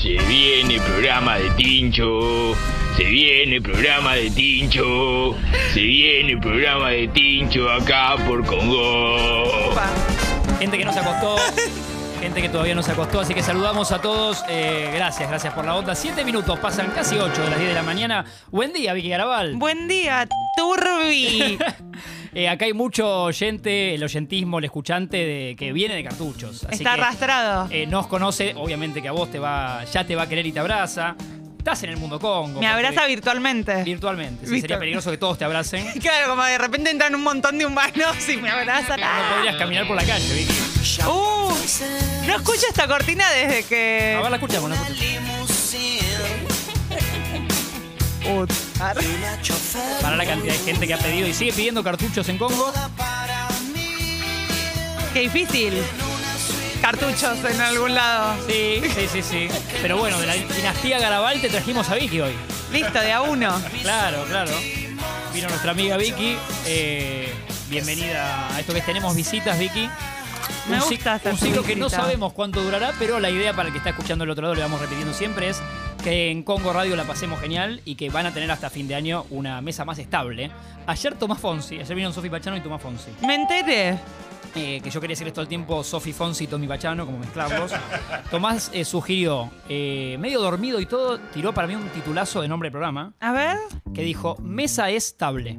Se viene programa de Tincho. Se viene programa de Tincho. Se viene programa de Tincho acá por Congo. Gente que no se acostó, gente que todavía no se acostó, así que saludamos a todos. Eh, gracias, gracias por la onda. Siete minutos, pasan casi ocho de las 10 de la mañana. Buen día, Vicky Garabal. Buen día, Turbi. Eh, acá hay mucho oyente, el oyentismo, el escuchante de, que viene de cartuchos. Así Está que, arrastrado. eh, nos conoce, obviamente que a vos te va, ya te va a querer y te abraza. Estás en el mundo Congo. Me abraza porque- virtualmente. virtualmente. sí, Virtual. sería peligroso que todos te abracen. Claro, como de repente entran un montón de humanos y me abrazan. No podrías caminar por la calle, Vicky. Uh, no escucho esta cortina desde que. A ver, la escuchamos, la escuchamos. Uh, ar- Para la cantidad de gente que ha pedido y sigue pidiendo cartuchos en Congo. qué difícil. Cartuchos en algún lado. Sí, sí, sí, sí. Pero bueno, de la dinastía Garabal te trajimos a Vicky hoy. Listo, de a uno. Claro, claro. Vino nuestra amiga Vicky. eh, bienvenida a esto que es tenemos visitas, Vicky. Me un cic- gusta hacer un ciclo que no visita. sabemos cuánto durará, pero la idea para el que está escuchando el otro lado, le vamos repitiendo siempre, es que en Congo Radio la pasemos genial y que van a tener hasta fin de año una mesa más estable. Ayer Tomás Fonsi, ayer vinieron Sofi Pachano y Tomás Fonsi. Me enteré. Eh, que yo quería decir esto al tiempo, Sofi Fonsi y Tommy Pachano, como mezclarlos. Tomás eh, sugirió, eh, medio dormido y todo, tiró para mí un titulazo de nombre del programa, A ver. que dijo Mesa estable.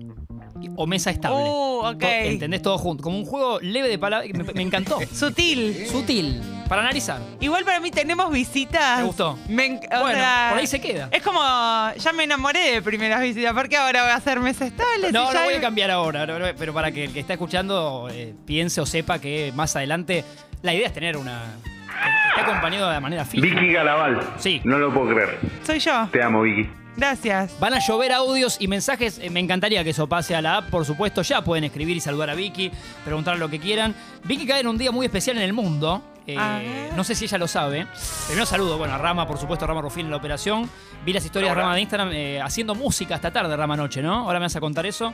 Y- O mesa estable. Uh, ok. To- ¿Entendés todo junto? Como un juego leve de palabras. Me, me encantó. Sutil. Sutil. Para analizar. Igual para mí tenemos visitas. Me gustó. Me enc- o Bueno, sea, por ahí se queda. Es como, ya me enamoré de primeras visitas. ¿Por qué ahora voy a hacer meses estables? No, Si no ya- voy a cambiar ahora, no, no, pero para que el que está escuchando eh, piense o sepa que más adelante la idea es tener una... que- que esté acompañado de manera fija. Vicky Garabal. Sí. No lo puedo creer. Soy yo. Te amo, Vicky. Gracias. Van a llover audios y mensajes. Eh, Me encantaría que eso pase a la app, por supuesto. Ya pueden escribir y saludar a Vicky, preguntar lo que quieran. Vicky cae en un día muy especial en el mundo. Eh, Ah. no sé si ella lo sabe. Primero saludo, bueno, a Rama, por supuesto, a Rama Rufín en la operación. Vi las historias de Rama de Instagram eh, haciendo música esta tarde, Rama Noche, ¿no? Ahora me vas a contar eso.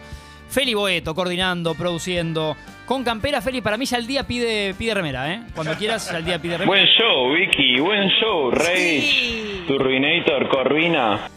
Feli Boeto, coordinando, produciendo. Con campera, Feli, para mí ya el día pide, pide remera, ¿eh? Cuando quieras, ya el día pide remera. Buen show, Vicky, buen show, Rey. Sí. Turbinator, Corvina.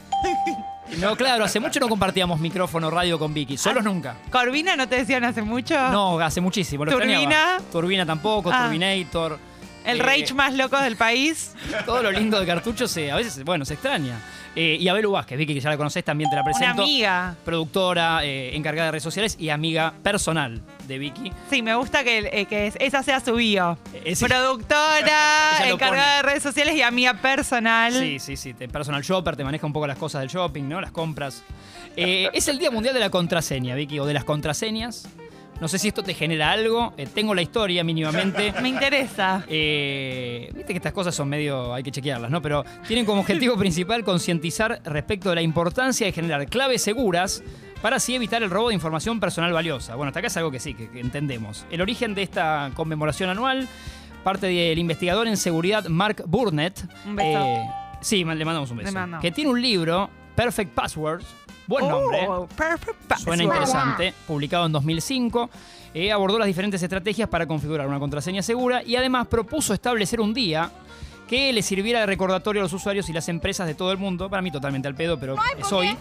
No, claro, hace mucho no compartíamos micrófono, radio con Vicky. Solos nunca. ¿Corvina no te decían hace mucho? No, hace muchísimo. Lo Turbina. extrañaba. Turbina tampoco, Ah. Turbinator. El Eh, rage más loco del país. Todo lo lindo de cartucho se, a veces, bueno, se extraña. Eh, y a Belu Vázquez, Vicky, que ya la conocés, también te la Una presento. amiga. Productora, eh, encargada de redes sociales y amiga personal de Vicky. Sí, me gusta que, eh, que es- esa sea su bio. Eh, sí. Productora, Ella lo encargada de redes sociales y amiga personal. Sí, sí, sí. te- Personal shopper, te maneja un poco las cosas del shopping, ¿no? Las compras. Eh, es el Día Mundial de la Contraseña, Vicky, o de las contraseñas. No sé si esto te genera algo. Eh, tengo la historia mínimamente. Me interesa. Eh, Viste que estas cosas son medio, hay que chequearlas, ¿no? Pero tienen como objetivo principal concientizar respecto de la importancia de generar claves seguras para así evitar el robo de información personal valiosa. Bueno, hasta acá es algo que sí, que que entendemos. El origen de esta conmemoración anual parte del investigador en seguridad Mark Burnett. eh, Un beso. sí, le mandamos un beso. Le mando. Que tiene un libro, Perfect Passwords, buen nombre. eh. Oh, perfect password. Suena interesante. Publicado en 2005, eh, abordó las diferentes estrategias para configurar una contraseña segura y además propuso establecer un día que le sirviera de recordatorio a los usuarios y las empresas de todo el mundo. Para mí totalmente al pedo, pero es hoy.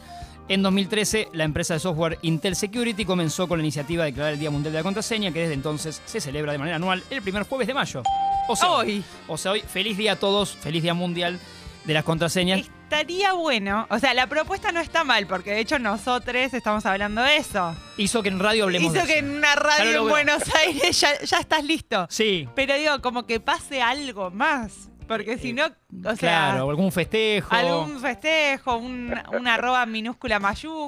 En 2013, la empresa de software Intel Security comenzó con la iniciativa de declarar el Día Mundial de la Contraseña, que desde entonces se celebra de manera anual el primer jueves de mayo. O sea, Hoy. O sea, hoy, feliz día a todos, feliz Día Mundial de las Contraseñas. Estaría bueno. O sea, la propuesta no está mal, porque de hecho nosotros estamos hablando de eso. Hizo que en radio hablemos Hizo de que eso. en una Ya lo radio en logró. Buenos Aires ya, ya estás listo. Sí, Pero digo, como que pase algo más. Porque si no, o sea, Eh, claro, algún festejo. algún festejo, un- una arroba minúscula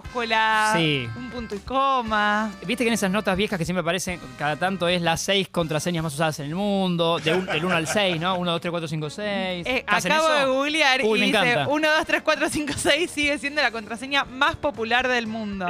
mayúscula, Sí. un punto y coma. Viste que en esas notas viejas que siempre aparecen, cada tanto es las seis contraseñas más usadas en el mundo, de un- del 1 al 6, ¿no? 1, 2, 3, 4, 5, 6. Eh, acabo de googlear Uy, y me dice encanta. 1, 2, 3, 4, 5, 6 sigue siendo la contraseña más popular del mundo.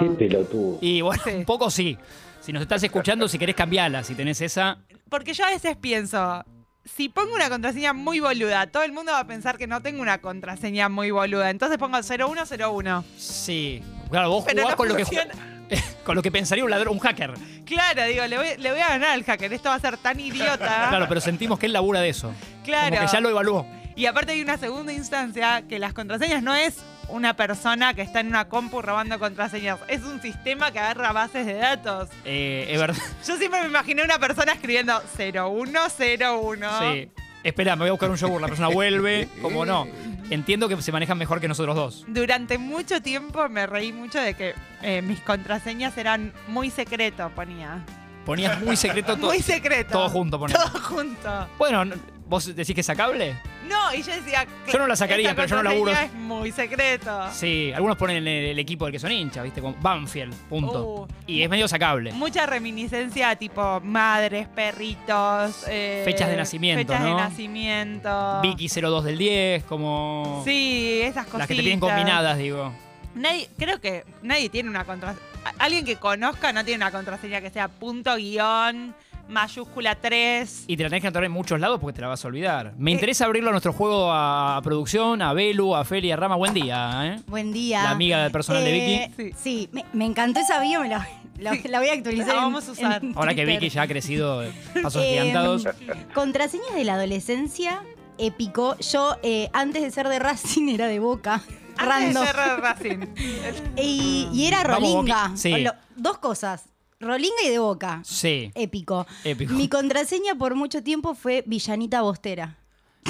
Y bueno, Sí. un poco sí. Si nos estás escuchando, si querés cambiarla, si tenés esa. Porque yo a veces pienso, si pongo una contraseña muy boluda, todo el mundo va a pensar que no tengo una contraseña muy boluda. Entonces pongo 0101. Sí. Claro, vos Pero jugás no con lo que funciona. con lo que pensaría un ladrón, un hacker. Claro, digo, le voy, le voy a ganar al hacker. Esto va a ser tan idiota. Claro, pero sentimos que él labura de eso. Ah. Claro. Como que ya lo evaluó. Y aparte hay una segunda instancia que las contraseñas no es una persona que está en una compu robando contraseñas, es un sistema que agarra bases de datos. Eh, es verdad. Yo siempre me imaginé una persona escribiendo 0101. Sí. Espera, me voy a buscar un yogur. La persona vuelve. Como no. Entiendo que se manejan mejor que nosotros dos. Durante mucho tiempo me reí mucho de que eh, mis contraseñas eran muy secreto, ponía. Ponías muy secreto todo. Muy secreto. Todo junto ponía. Todo junto. Bueno, no- ¿vos decís que es sacable? No, y yo decía. Yo no la sacaría, esta pero yo no contraseña laburo. Es muy Ah. secreto. Sí, algunos ponen el, el equipo del que son hinchas, ¿viste? Como Banfield, Oh. punto. Uh. y es medio sacable. Mucha reminiscencia tipo madres, perritos. eh, Fechas de nacimiento, Fechas ¿no? de Ah. nacimiento. Vicky 02 del 10, como. Sí, esas cositas. Las que te piden combinadas, digo. Nadie, creo que nadie tiene una contraseña. Alguien que conozca no tiene una contraseña que sea punto guión, mayúscula 3. Y te la tenés que anotar en muchos lados porque te la vas a olvidar. Eh. Me interesa abrirlo a nuestro juego a producción, a Belu, a Feli, a Rama. Buen día, ¿eh? Buen día. La amiga del personal de Eh, Vicky. Vicky. Sí, me, me encantó esa bio, me la, la- Sí. la voy a actualizar. La en- vamos a usar. en Ahora que Twitter. Vicky ya ha crecido eh, pasos Eh, gigantados. Contraseñas de la adolescencia, épico. Yo, eh, antes de ser de Racing, era de Boca. Antes Random. de ser Racing. Y, y era Vamos, Rolinga. Boqui- sí. O lo- dos cosas. Rolinga y de Boca. Sí, Épico. épico. Mi contraseña por mucho tiempo fue Villanita Bostera.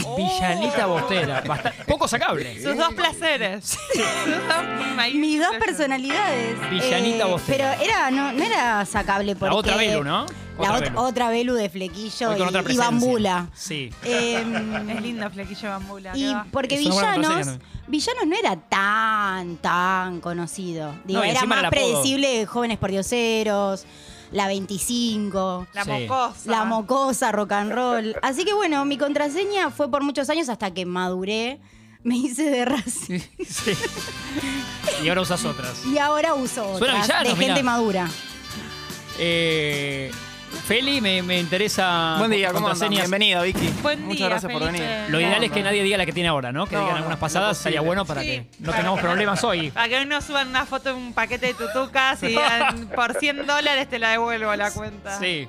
Oh. Villanita Bostera. basta- poco sacable. Sus dos placeres. Sus dos maíz- Mis dos personalidades. eh, Villanita Bostera. Pero era, no, no era sacable porque... La otra Belu, ¿no? La ot- Belu. otra Belu de Hoy flequillo con otra y, y presencia. bambula. Sí. Em, Es lindo flequillo bambula. y ¿qué va? porque Es una buena Villanos, contraseña Villanos no era tan, tan conocido. Digo, No, y era encima más era el apodo. predecible Jóvenes Pordioseros, La 25, La Sí. mocosa. La Mocosa, Rock and Roll. Así que bueno, mi contraseña fue por muchos años hasta que maduré, me hice de Racing Sí. Y ahora usas otras. y ahora uso otras, Suena Villanos, de gente mirá. madura. Eh, Feli, me, me interesa. Buen día, ¿cómo andan? contraseñas. Bienvenida, Vicky. Buen Ah, Muchas día, gracias por Felipe. venir. Lo ideal es que Onda. nadie diga la que tiene ahora, ¿no? Que No, digan no, algunas no pasadas, posible. sería bueno para Sí. que no tengamos problemas hoy. Para que hoy no suban una foto de un paquete de tutucas y digan, por 100 dólares te la devuelvo a la cuenta. Sí.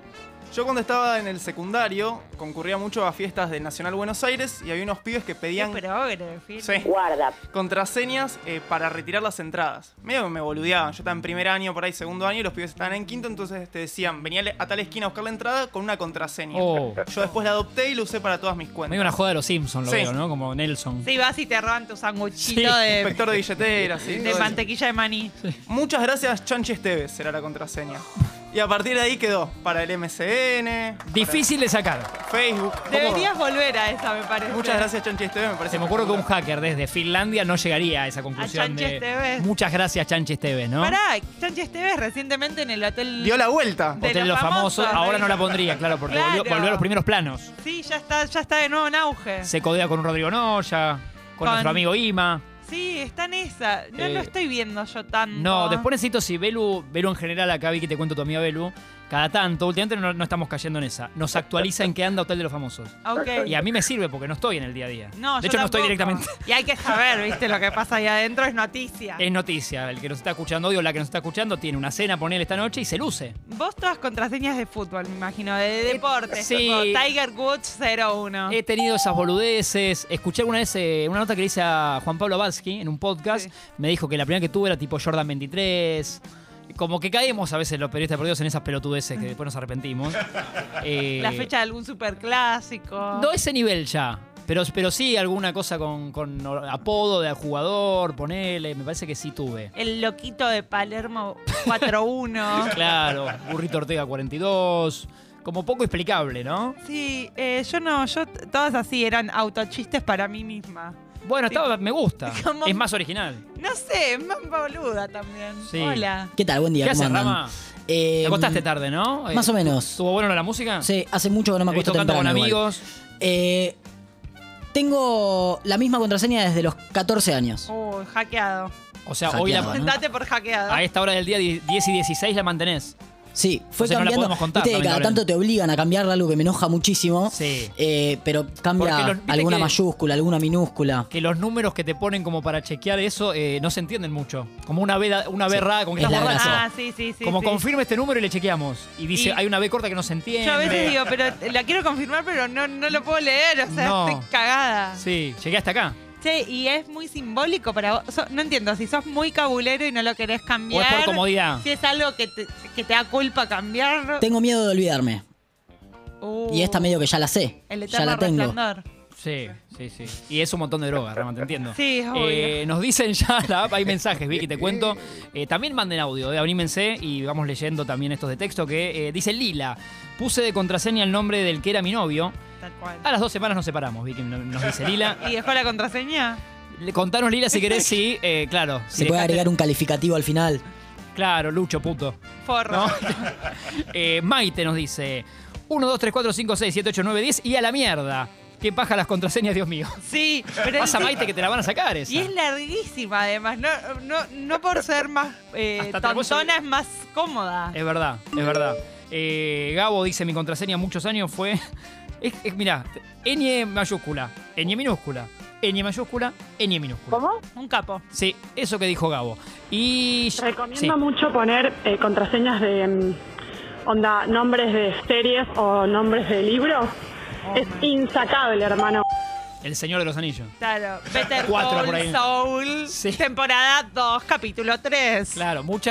Yo cuando estaba en el secundario concurría mucho a fiestas del Nacional Buenos Aires y había unos pibes que Qué pedían progre, Fili. sí, contraseñas eh, para retirar las entradas. Medio que me boludeaban. Yo estaba en primer año, por ahí segundo año, y los pibes estaban en quinto, entonces te decían, venía a tal esquina a buscar la entrada con una contraseña. Oh, Yo después la adopté y la usé para todas mis cuentas. medio una joda de los Simpsons, lo Sí. veo, ¿no? Como Nelson. Sí, vas y te roban tu sanguchito Sí. de, Eh, Inspector de billeteras. sí, de todo eso. mantequilla de maní. Muchas gracias, Chanchi Esteves, será la contraseña. Y a partir de ahí quedó para el MCN, para Difícil de sacar. Facebook. Deberías volver a esa, me parece. Todo. Muchas gracias, Chanchi Esteves, me parece. Se me ocurre que un espectacular. hacker desde Finlandia no llegaría a esa conclusión Chanchi de Esteves. muchas gracias Chanchi Esteves, ¿no? Pará, Chanchi Esteves recientemente en el hotel. Dio la vuelta. De- Hotel de los los famosos, famosos, ahora ahí. no la pondría, claro, porque volvió, Claro. volvió a los primeros planos. Sí, ya está, ya está de nuevo en auge. Se codea con un Rodrigo Noya, con, Con- nuestro amigo Ima. Sí, está en esa. No Eh, lo estoy viendo yo tanto. No, después necesito si Belu, Belu en general, acá vi que te cuento tu amiga Belu, cada tanto, últimamente no, no estamos cayendo en esa, nos actualiza en qué anda Hotel de los Famosos. Ah, Ok. Y a mí me sirve porque no estoy en el día a día. No, de yo hecho, no tampoco. estoy directamente. Y hay que saber, ¿viste? Lo que pasa ahí adentro es noticia. Es noticia, el que nos está escuchando hoy o la que nos está escuchando tiene una cena, ponele esta noche y se luce. Vos todas contraseñas de fútbol, me imagino, de deportes. sí. Eh, tipo Tiger Woods 01. He tenido esas boludeces. Escuché alguna vez eh, una nota que le hice a Juan Pablo Valsky en un podcast. Sí. Me dijo que la primera que tuve era tipo Jordan 23. Como que caemos a veces los periodistas perdidos en esas pelotudeces que después nos arrepentimos. Eh, La fecha de algún superclásico. No ese nivel ya. Pero, pero sí alguna cosa con, con apodo de jugador, ponele. Me parece que sí tuve. El loquito de Palermo 4-1. Claro, Burrito Ortega 42. Como poco explicable, ¿no? sí, eh, yo no, yo t- todas así eran autochistes para mí misma. Bueno, estaba, me gusta. Como- Es más original. No sé, mamba boluda también. Sí. Hola. ¿Qué tal? Buen día, ¿Qué ¿cómo haces, andan? Rama? Eh, Te acostaste tarde, ¿no? Eh, Más o menos. ¿Estuvo bueno la música? Sí, hace mucho que no me Te vi acuesto tocando temprano. con igual. amigos. Eh, tengo la misma contraseña desde los 14 años. Uh, hackeado. O sea, Hackeado, hoy la- ¿no? Sentate por hackeado. a esta hora del día, die- 10 y 16, la mantenés. Sí, fue O sea, no la cambiando. podemos contar, Viste que cada lamentablemente. tanto te obligan a cambiarla, algo que me enoja muchísimo. Sí. Eh, pero Porque cambia los- viste alguna que- mayúscula, alguna minúscula. Que los números que te ponen como para chequear eso eh, no se entienden mucho. Como una B, da- una B Sí, rara con que es estás la borracho. gracia. ah, sí, sí, sí. como sí. confirme este número y le chequeamos. Y dice, Y- hay una B corta que no se entiende. Yo a veces digo, pero la quiero confirmar, pero no, no lo puedo leer. O sea, No. estoy cagada. Sí, llegué hasta acá. Che, y es muy simbólico para vos. So- no entiendo, si sos muy cabulero y no lo querés O cambiar. es por comodidad. Si es algo que te, que te da culpa cambiarlo. Tengo miedo de olvidarme. Uh, Y esta medio que ya la sé. El ya eterno la tengo. resplandor. Sí, sí, sí. Y es un montón de droga, Rama, te entiendo. Sí, es Eh, nos dicen ya la app, hay mensajes, Vicky, te cuento. Eh, también manden audio, eh, anímense y vamos leyendo también estos de texto que eh, dice Lila. Puse de contraseña el nombre del que era mi novio. Tal cual. A las dos semanas nos separamos, Vicky, no- nos dice Lila. ¿Y dejó la contraseña? Le- Contanos, Lila, si querés, sí, eh, claro. si Se puede dejaste- agregar un calificativo al final. Claro, Lucho, puto. Forro. Eh, Maite nos dice 1, 2, 3, 4, 5, 6, 7, 8, 9, 10 y a la mierda. Qué paja las contraseñas, Dios mío. Sí, pero. Pasa es- Maite que te la van a sacar esa. Y es larguísima, además. No, no, no por ser más eh, Hasta tenemos tontona, el- es más cómoda. Es verdad, es verdad. Eh, Gabo dice, mi contraseña muchos años fue... Es, es- mirá, ñ mayúscula, ñ minúscula, ñ mayúscula, ñ minúscula. ¿Cómo? Un capo. Sí, eso que dijo Gabo. Y... Recomiendo sí. mucho poner eh, contraseñas de mm, onda, nombres de series o nombres de libros. es insacable, hermano. El Señor de los Anillos. Claro. Better Cuatro por ahí. Call Soul, Sí. temporada 2, capítulo 3. Claro, mucha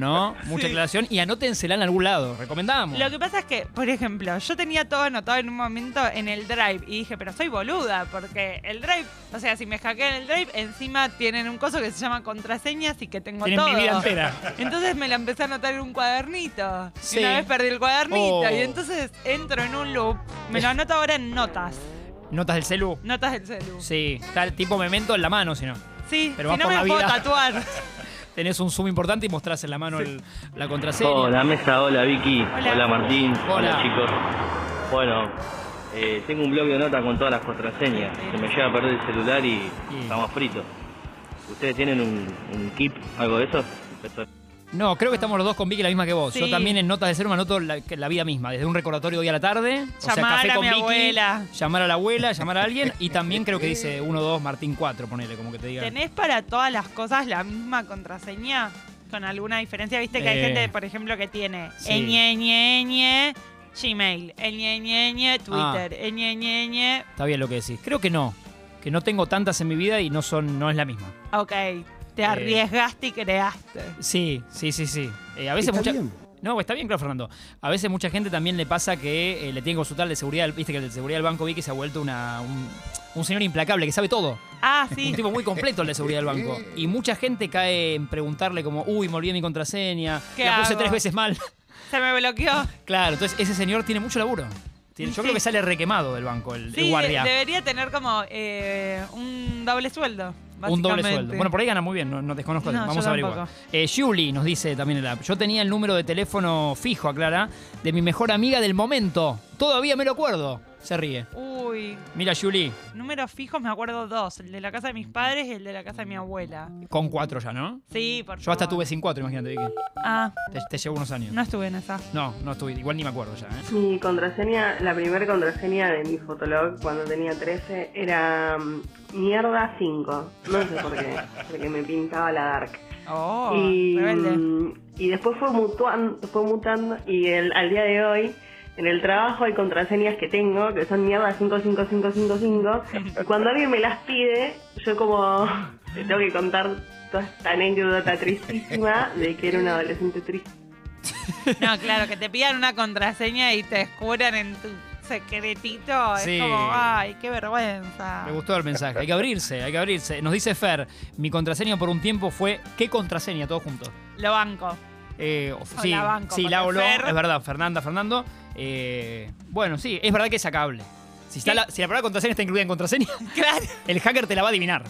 ¿no? Mucha Sí. aclaración y anótensela en algún lado, recomendamos. Lo que pasa es que, por ejemplo, yo tenía todo anotado en un momento en el Drive y dije, pero soy boluda, porque el Drive, o sea, si me hackean el Drive, encima tienen un coso que se llama contraseñas y que tengo Tienen todo. mi vida entera. Entonces me la empecé a anotar en un cuadernito. Sí. Y una vez perdí el cuadernito Oh. y entonces entro en un loop. Me lo anoto ahora en notas, ¿Notas del celu? notas del celu. Sí, Sí, está el tipo memento en la mano, si no. Pero si vas no por me la lo puedo vida. tatuar. Tenés un zoom importante y mostrás en la mano el- la contraseña. Hola Oh, mesa, hola Vicky, Hola. hola, Martín, Hola. hola, chicos. Bueno, eh, tengo un blog de nota con todas las contraseñas. Se me llega a perder el celular y Bien. estamos fritos. ¿Ustedes tienen un, un kit, algo de eso? Eso- No, creo que estamos los dos con Vicky la misma que vos. Yo Sí. también en Notas de Cero me anoto la, que- la vida misma, desde un recordatorio hoy a la tarde. o sea, Llamar café a con mi Vicky, abuela. Llamar a la abuela, llamar a alguien. Y también creo que dice 1, 2, Martín 4, ponele, como que te diga. ¿Tenés para todas las cosas la misma contraseña? Con alguna diferencia, viste que hay Eh. gente, por ejemplo, que tiene Sí. ñe, ñe, ñe, Gmail, ñe, ñe, ñe, Twitter, Ah. ñe, ñe, ñe. Está bien lo que decís. Creo que no. Que no tengo tantas en mi vida y no son, no es la misma. Ok, Eh. te arriesgaste y creaste. Sí, sí, sí, sí. Eh, a veces mucha... No, está bien, claro, Fernando. A veces mucha gente también le pasa que eh, le tiene que consultar de seguridad, al- viste que el de seguridad del banco Vicky se ha vuelto una, un, un señor implacable que sabe todo. Ah, Un sí. tipo muy completo el de seguridad del banco. Y mucha gente cae en preguntarle como, uy, me olvidé mi contraseña, ¿Qué la puse hago? tres veces mal. Se me bloqueó. Claro, entonces ese señor tiene mucho laburo. Tiene- yo Sí. creo que sale requemado del banco, el, el Sí, de- guardia. debería tener como eh, un doble sueldo. un doble básicamente. sueldo. Bueno, por ahí gana muy bien, no, no desconozco. No, Vamos yo a averiguar. tampoco. Eh, Julie nos dice también el app. Yo tenía el número de teléfono fijo, aclara, de mi mejor amiga del momento. Todavía me lo acuerdo. Se ríe. Uy, Mira, Julie, números fijos me acuerdo dos, el de la casa de mis padres y el de la casa de mi abuela. con cuatro ya, ¿no? Sí, por Yo hasta favor. tuve sin cuatro, imagínate, Vicky. Ah, Te, te llevo unos años. no estuve en esa. No, no estoy. Igual ni me acuerdo ya, ¿eh? Mi contraseña, la primera contraseña de mi fotolog cuando tenía 13 era mm, mierda 5. No sé por qué, porque me pintaba la dark. Oh, y, rebelde. mm, y después fue mutando, fue mutando y el- al día de hoy en el trabajo hay contraseñas que tengo que son mierda 55555 y cuando alguien me las pide yo como te tengo que contar toda esta anécdota tristísima de que era un adolescente triste. No, claro, que te pidan una contraseña y te descubran en tu secretito. Sí. Es como, ay, qué vergüenza. Me gustó el mensaje. Hay que abrirse, hay que abrirse. Nos dice Fer, mi contraseña por un tiempo fue ¿qué contraseña? Todos juntos. Lo banco. Eh, o- O sí, la banco, sí, porque la o lo- Fer- es verdad, Fernanda, Fernando. Eh, bueno, sí, es verdad que es sacable. Si, está ¿Qué? la, si la palabra contraseña está incluida en contraseña, Claro. el hacker te la va a adivinar.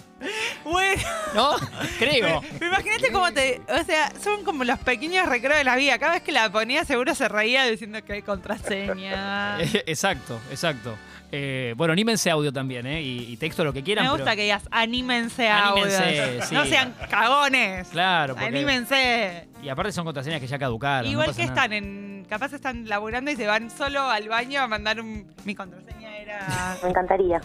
Bueno, ¿No? Creo. pero imagínate cómo te. O sea, son como los pequeños recreos de la vida. Cada vez que la ponía, seguro se reía diciendo que hay contraseña. Eh, exacto, exacto. Eh, bueno, anímense audio también, ¿eh? Y, y texto lo que quieran. Me gusta pero- que digas, anímense a Anímense, audios. sí. No sean cagones. Claro, porque- Anímense. Y aparte son contraseñas que ya caducaron. no Igual pasa que nada. están en. Capaz están laburando y se van solo al baño a mandar un. Mi contraseña era. Me encantaría.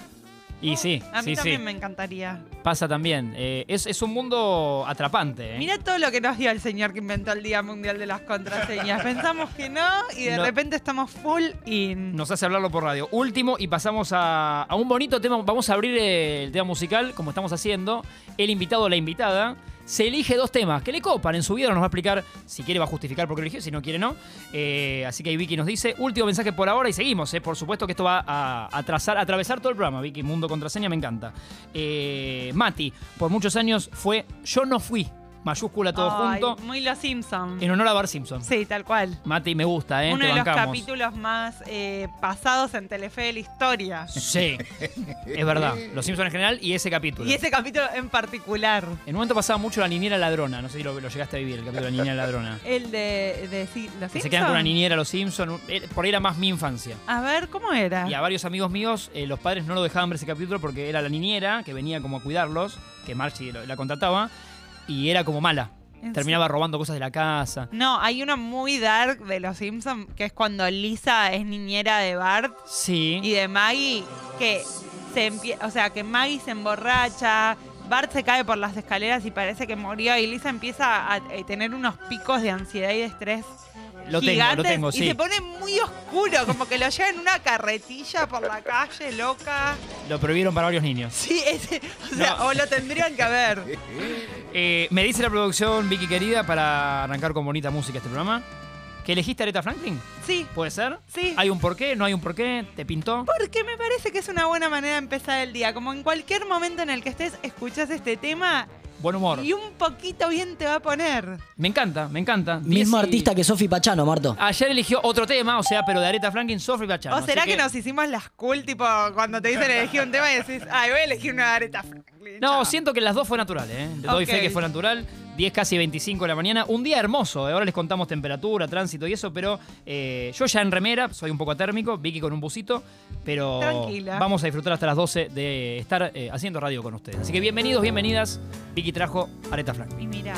Y sí, Oh, A mí sí, sí. también me encantaría. Pasa también. Eh, es, es un mundo atrapante. ¿eh? Mira todo lo que nos dio el señor que inventó el Día Mundial de las Contraseñas. Pensamos que no y de No. repente estamos full in. Nos hace hablarlo por radio. Último y pasamos a, a un bonito tema. Vamos a abrir eh, el tema musical, como estamos haciendo. El invitado o la invitada se elige dos temas que le copan en su vida. Nos va a explicar si quiere, va a justificar por qué lo eligió, si no quiere, no. Eh, así que ahí Vicky nos dice: último mensaje por ahora y seguimos. eh. Por supuesto que esto va a, atravesar- atravesar todo el programa. Vicky, mundo contraseña, me encanta. Eh, Mati, por muchos años fue Yo no fui, mayúscula todo Ay, junto, Muy los Simpsons. en honor a Bar Simpson. Sí, tal cual. Mati, me gusta, ¿eh? Uno Te de los bancamos. capítulos más eh, pasados en Telefe de la historia. Sí, es verdad. Los Simpsons en general y ese capítulo. Y ese capítulo en particular. En un momento pasaba mucho la niñera ladrona. No sé si lo, lo llegaste a vivir, el capítulo de la niñera ladrona. El de, de sí, los Que Simpsons. se quedan con una niñera los Simpsons. Por ahí era más mi infancia. A ver, ¿cómo era? Y a varios amigos míos, eh, los padres no lo dejaban ver ese capítulo porque era la niñera que venía como a cuidarlos, que Marchi lo- la contrataba, y era como mala. ¿En Terminaba robando cosas de la casa. No, hay uno muy dark de los Simpsons, que es cuando Lisa es niñera de Bart Sí. y de Maggie, que se empie- o sea, que Maggie se emborracha, Bart se cae por las escaleras y parece que murió, y Lisa empieza a eh, tener unos picos de ansiedad y de estrés. Lo tengo, gigantes, lo tengo, Y sí. se pone muy oscuro, como que lo lleva en una carretilla por la calle, loca. Lo prohibieron para varios niños. Sí, ese- o sea, o lo tendrían que haber. Eh, me dice la producción, Vicky querida, para arrancar con bonita música este programa, que elegiste Aretha Franklin. Sí. ¿Puede ser? Sí. ¿Hay un porqué? ¿No hay un porqué? ¿Te pintó? Porque me parece que es una buena manera de empezar el día. Como en cualquier momento en el que estés, escuchas este tema Buen humor. y un poquito bien te va a poner. Me encanta, me encanta. Mismo Dieci- artista que Sofi Pachano, Marto. Ayer eligió otro tema, o sea, pero de Aretha Franklin, Sophie Bachano. ¿O será que... nos hicimos las cool, tipo, cuando te dicen elegir un tema y decís, ay, voy a elegir una de Aretha Franklin? No, siento que las dos fue natural, ¿eh? Te doy Ok. fe que fue natural. 10 casi 25 de la mañana. Un día hermoso. ¿eh? Ahora les contamos temperatura, tránsito y eso, pero eh, yo ya en remera, soy un poco atérmico, Vicky con un busito, pero Tranquila. vamos a disfrutar hasta las 12 de estar eh, haciendo radio con ustedes. Así que bienvenidos, bienvenidas. Vicky trajo Aretha Franklin. Y mira,